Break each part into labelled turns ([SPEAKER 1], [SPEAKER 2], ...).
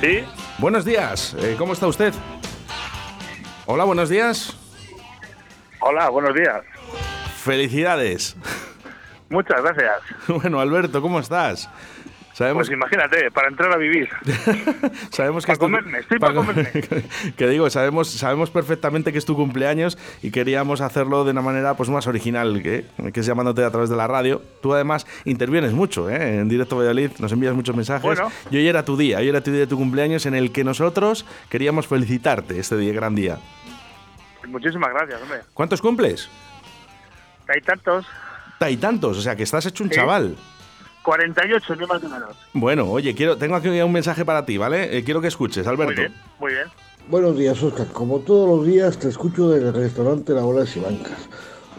[SPEAKER 1] ¿Sí?
[SPEAKER 2] Buenos días, eh, ¿cómo está usted? Hola, buenos días.
[SPEAKER 1] Hola, buenos días.
[SPEAKER 2] Felicidades.
[SPEAKER 1] Muchas gracias.
[SPEAKER 2] Bueno, Alberto, ¿cómo estás? Sabemos,
[SPEAKER 1] Pues imagínate, para entrar a vivir.
[SPEAKER 2] sabemos que
[SPEAKER 1] para
[SPEAKER 2] es tu-
[SPEAKER 1] comerme, estoy para comerme.
[SPEAKER 2] que digo, sabemos, sabemos perfectamente que es tu cumpleaños y queríamos hacerlo de una manera pues más original, que, que es llamándote a través de la radio. Tú además intervienes mucho, ¿eh? en directo Valladolid nos envías muchos mensajes.
[SPEAKER 1] Bueno.
[SPEAKER 2] Y hoy era tu día, hoy era tu día de tu cumpleaños en el que nosotros queríamos felicitarte este día, gran día.
[SPEAKER 1] Muchísimas gracias, hombre.
[SPEAKER 2] ¿Cuántos cumples?
[SPEAKER 1] Hay tantos.
[SPEAKER 2] Hay tantos, o sea que estás hecho un
[SPEAKER 1] Sí.
[SPEAKER 2] chaval.
[SPEAKER 1] 48, ni más ni menos.
[SPEAKER 2] Bueno, oye, quiero, tengo aquí un mensaje para ti, ¿vale? Eh, quiero que escuches, Alberto.
[SPEAKER 1] Muy bien, muy bien.
[SPEAKER 3] Buenos días, Oscar. Como todos los días, te escucho del restaurante La Ola de Simancas.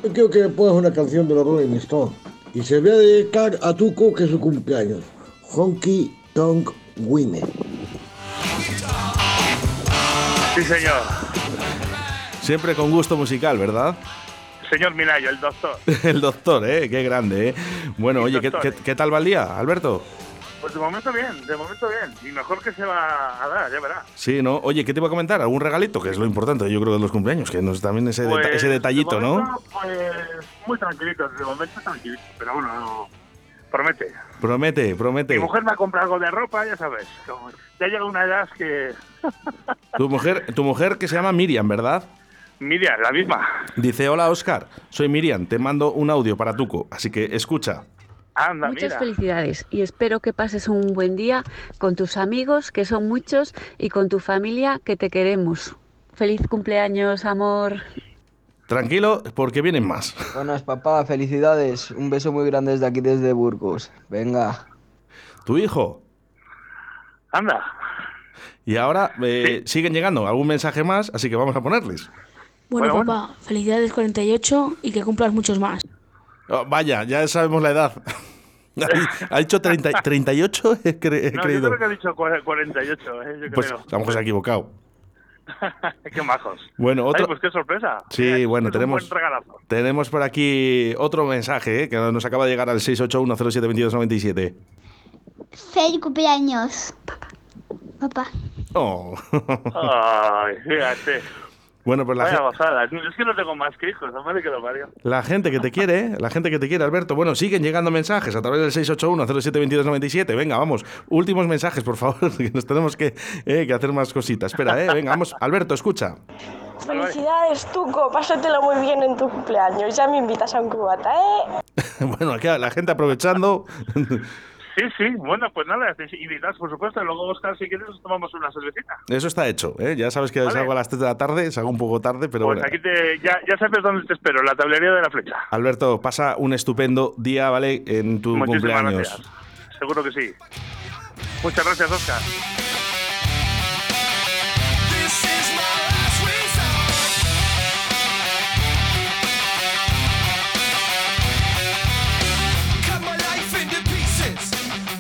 [SPEAKER 3] Hoy quiero que me pongas una canción de los Rolling Stones. Y se voy a dedicar a Tuco, que es su cumpleaños. Honky Tonk Women.
[SPEAKER 1] Sí, señor.
[SPEAKER 2] Siempre con gusto musical, ¿verdad?
[SPEAKER 1] Señor Minayo, el doctor.
[SPEAKER 2] El doctor, ¿eh? Qué grande, ¿eh? Bueno,
[SPEAKER 1] El
[SPEAKER 2] oye, ¿qué,
[SPEAKER 1] doctor,
[SPEAKER 2] qué-
[SPEAKER 1] ¿eh?
[SPEAKER 2] qué tal va el día, Alberto?
[SPEAKER 1] Pues de momento bien, de momento bien. Y mejor que se va a dar, ya verá.
[SPEAKER 2] Sí, ¿no? Oye, ¿qué te iba a comentar? ¿Algún regalito? Que es lo importante, yo creo, de los cumpleaños, que nos también ese, deta- ese
[SPEAKER 1] Pues, de
[SPEAKER 2] detallito, ¿no?
[SPEAKER 1] momento, Pues muy tranquilito, de momento tranquilito. Pero bueno, no- promete.
[SPEAKER 2] Promete, promete.
[SPEAKER 1] Mi mujer me ha comprado algo de ropa, ya sabes. como- Ya llega una edad que...
[SPEAKER 2] Tu mujer, tu mujer que se llama Miriam, ¿verdad?
[SPEAKER 1] Miriam, la misma.
[SPEAKER 2] Dice, hola, Oscar, soy Miriam, te mando un audio para Tuco, así que escucha.
[SPEAKER 1] Anda,
[SPEAKER 4] Muchas
[SPEAKER 1] mira.
[SPEAKER 4] felicidades y espero que pases un buen día con tus amigos, que son muchos, y con tu familia, que te queremos. Feliz cumpleaños, amor.
[SPEAKER 2] Tranquilo, porque vienen más.
[SPEAKER 5] Buenas, papá, felicidades. Un beso muy grande desde aquí, desde Burgos. Venga.
[SPEAKER 2] Tu hijo.
[SPEAKER 1] Anda.
[SPEAKER 2] Y ahora eh, siguen llegando algún mensaje más, así que vamos a ponerles.
[SPEAKER 6] Bueno,
[SPEAKER 1] Bueno,
[SPEAKER 6] papá, felicidades 48 y que cumplas muchos más.
[SPEAKER 2] Oh, vaya, ya sabemos la edad. ha, ha dicho 30 38, he, cre- he
[SPEAKER 1] No,
[SPEAKER 2] creído.
[SPEAKER 1] yo creo que ha dicho cua- 48, ¿eh? yo
[SPEAKER 2] Pues
[SPEAKER 1] creo.
[SPEAKER 2] a lo mejor se ha equivocado.
[SPEAKER 1] qué majos.
[SPEAKER 2] Bueno, otro-
[SPEAKER 1] Ay, pues qué sorpresa.
[SPEAKER 2] Sí,
[SPEAKER 1] Mira, esto
[SPEAKER 2] bueno,
[SPEAKER 1] es
[SPEAKER 2] tenemos-
[SPEAKER 1] Un buen regalazo.
[SPEAKER 2] Tenemos por aquí otro mensaje eh, que nos acaba de llegar al 681072297.
[SPEAKER 7] Feliz cumpleaños. Papá.
[SPEAKER 2] Oh.
[SPEAKER 1] Ay, fíjate.
[SPEAKER 2] bueno, pues la,
[SPEAKER 1] Vaya
[SPEAKER 2] gen-
[SPEAKER 1] bajada. Es que no tengo más que hijos, la madre que lo parió.
[SPEAKER 2] la gente que te quiere, eh, la gente que te quiere, Alberto. Bueno, siguen llegando mensajes a través del 681072297. Venga, vamos. Últimos mensajes, por favor, que nos tenemos que, eh, que hacer más cositas. Espera, eh, venga, vamos. Alberto, escucha.
[SPEAKER 8] Felicidades, Tuco. Pásatelo muy bien en tu cumpleaños. Ya me invitas a un cubata, ¿eh?
[SPEAKER 2] bueno, aquí la gente aprovechando.
[SPEAKER 1] Sí, sí, bueno, pues nada, te invitas, por supuesto, y luego Oscar, si quieres, nos tomamos una cervecita.
[SPEAKER 2] Eso está hecho, ¿eh? Ya sabes que
[SPEAKER 1] Vale.
[SPEAKER 2] salgo a las 3 de la tarde, salgo un poco tarde, pero
[SPEAKER 1] Pues
[SPEAKER 2] bueno.
[SPEAKER 1] aquí te, ya, ya sabes dónde te espero, en la tablería de la flecha.
[SPEAKER 2] Alberto, pasa un estupendo día, ¿vale? En tu
[SPEAKER 1] Muchísimas
[SPEAKER 2] cumpleaños.
[SPEAKER 1] gracias. Seguro que sí. Muchas gracias, Oscar.